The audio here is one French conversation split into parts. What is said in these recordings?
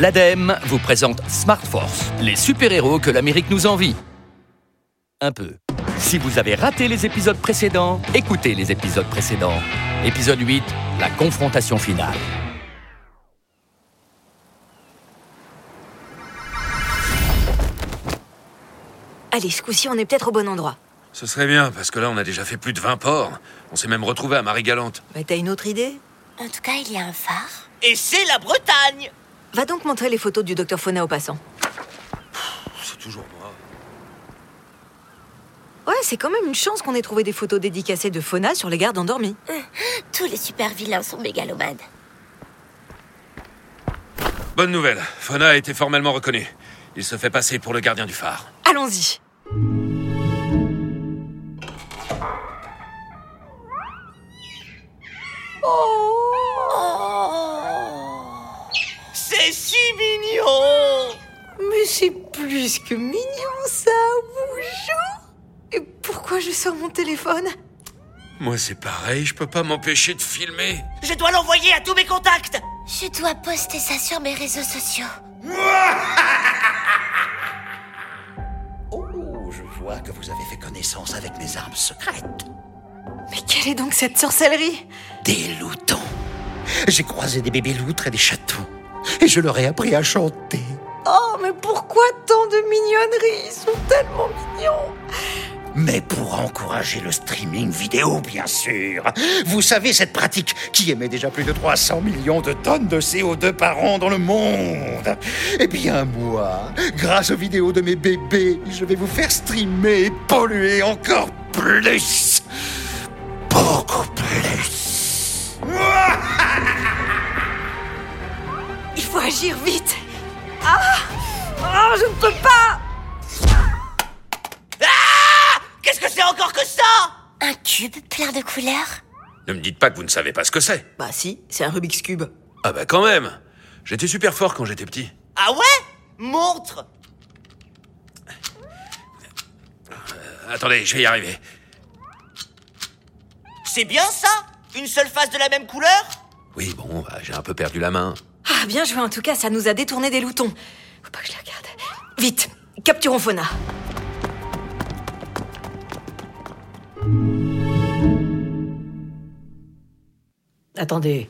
l'ADEME vous présente Smart Force, les super-héros que l'Amérique nous envie. Un peu. Si vous avez raté les épisodes précédents, écoutez les épisodes précédents. Épisode 8, la confrontation finale. Allez, ce coup-ci, on est peut-être au bon endroit. Ce serait bien, parce que là, on a déjà fait plus de 20 ports. On s'est même retrouvé à Marie-Galante. Bah, t'as une autre idée En tout cas, il y a un phare. Et c'est la Bretagne Va donc montrer les photos du docteur Fauna aux passants. C'est toujours moi. Ouais, c'est quand même une chance qu'on ait trouvé des photos dédicacées de Fauna sur les gardes endormis. Tous les super vilains sont mégalomanes. Bonne nouvelle, Fauna a été formellement reconnu. Il se fait passer pour le gardien du phare. Allons-y C'est si mignon Mais c'est plus que mignon, ça Bonjour Et pourquoi je sors mon téléphone Moi, c'est pareil, je peux pas m'empêcher de filmer. Je dois l'envoyer à tous mes contacts Je dois poster ça sur mes réseaux sociaux. Oh, je vois que vous avez fait connaissance avec mes armes secrètes. Mais quelle est donc cette sorcellerie Des loutons. J'ai croisé des bébés loutres et des chatons. Et je leur ai appris à chanter. Oh, mais pourquoi tant de mignonneries Ils sont tellement mignons Mais pour encourager le streaming vidéo, bien sûr. Vous savez, cette pratique qui émet déjà plus de 300 millions de tonnes de CO2 par an dans le monde. Eh bien, moi, grâce aux vidéos de mes bébés, je vais vous faire streamer et polluer encore plus. Beaucoup plus. Il faut agir vite Ah Oh, je ne peux pas Qu'est-ce que c'est encore que ça Un cube plein de couleurs Ne me dites pas que vous ne savez pas ce que c'est. Bah si, c'est un Rubik's Cube. Ah bah quand même J'étais super fort quand j'étais petit. Ah ouais Montre Attendez, je vais y arriver. C'est bien ça Une seule face de la même couleur Oui, bon, bah, j'ai un peu perdu la main. Ah, bien joué en tout cas, ça nous a détourné des loutons. Faut pas que je la regarde. Vite, capturons Fauna. Attendez,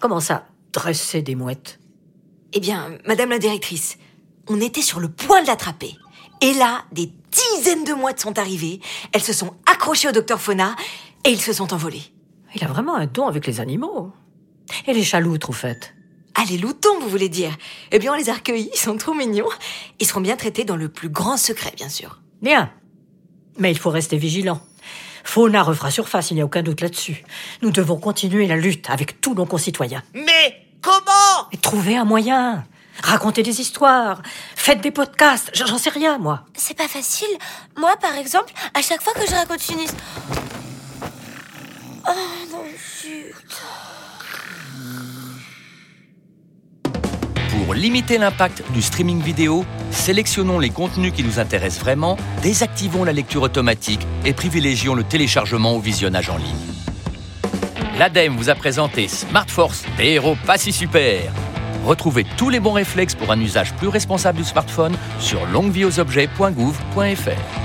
comment ça Dresser des mouettes Eh bien, madame la directrice, on était sur le point de l'attraper. Et là, des dizaines de mouettes sont arrivées, elles se sont accrochées au docteur Fauna et ils se sont envolés. Il a vraiment un don avec les animaux. Et les chaloutes, au fait Ah, les loutons, vous voulez dire Eh bien, on les a recueillis, ils sont trop mignons. Ils seront bien traités dans le plus grand secret, bien sûr. Bien. Mais il faut rester vigilant. Fauna refera surface, il n'y a aucun doute là-dessus. Nous devons continuer la lutte avec tous nos concitoyens. Mais comment Et trouver un moyen. Racontez des histoires. Faites des podcasts. J- J'en sais rien, moi. C'est pas facile. Moi, par exemple, à chaque fois que je raconte une histoire. Oh non, chut. Pour limiter l'impact du streaming vidéo, sélectionnons les contenus qui nous intéressent vraiment, désactivons la lecture automatique et privilégions le téléchargement au visionnage en ligne. L'ADEME vous a présenté Smart Force, des héros pas si super. Retrouvez tous les bons réflexes pour un usage plus responsable du smartphone sur longuevieauxobjets.gouv.fr.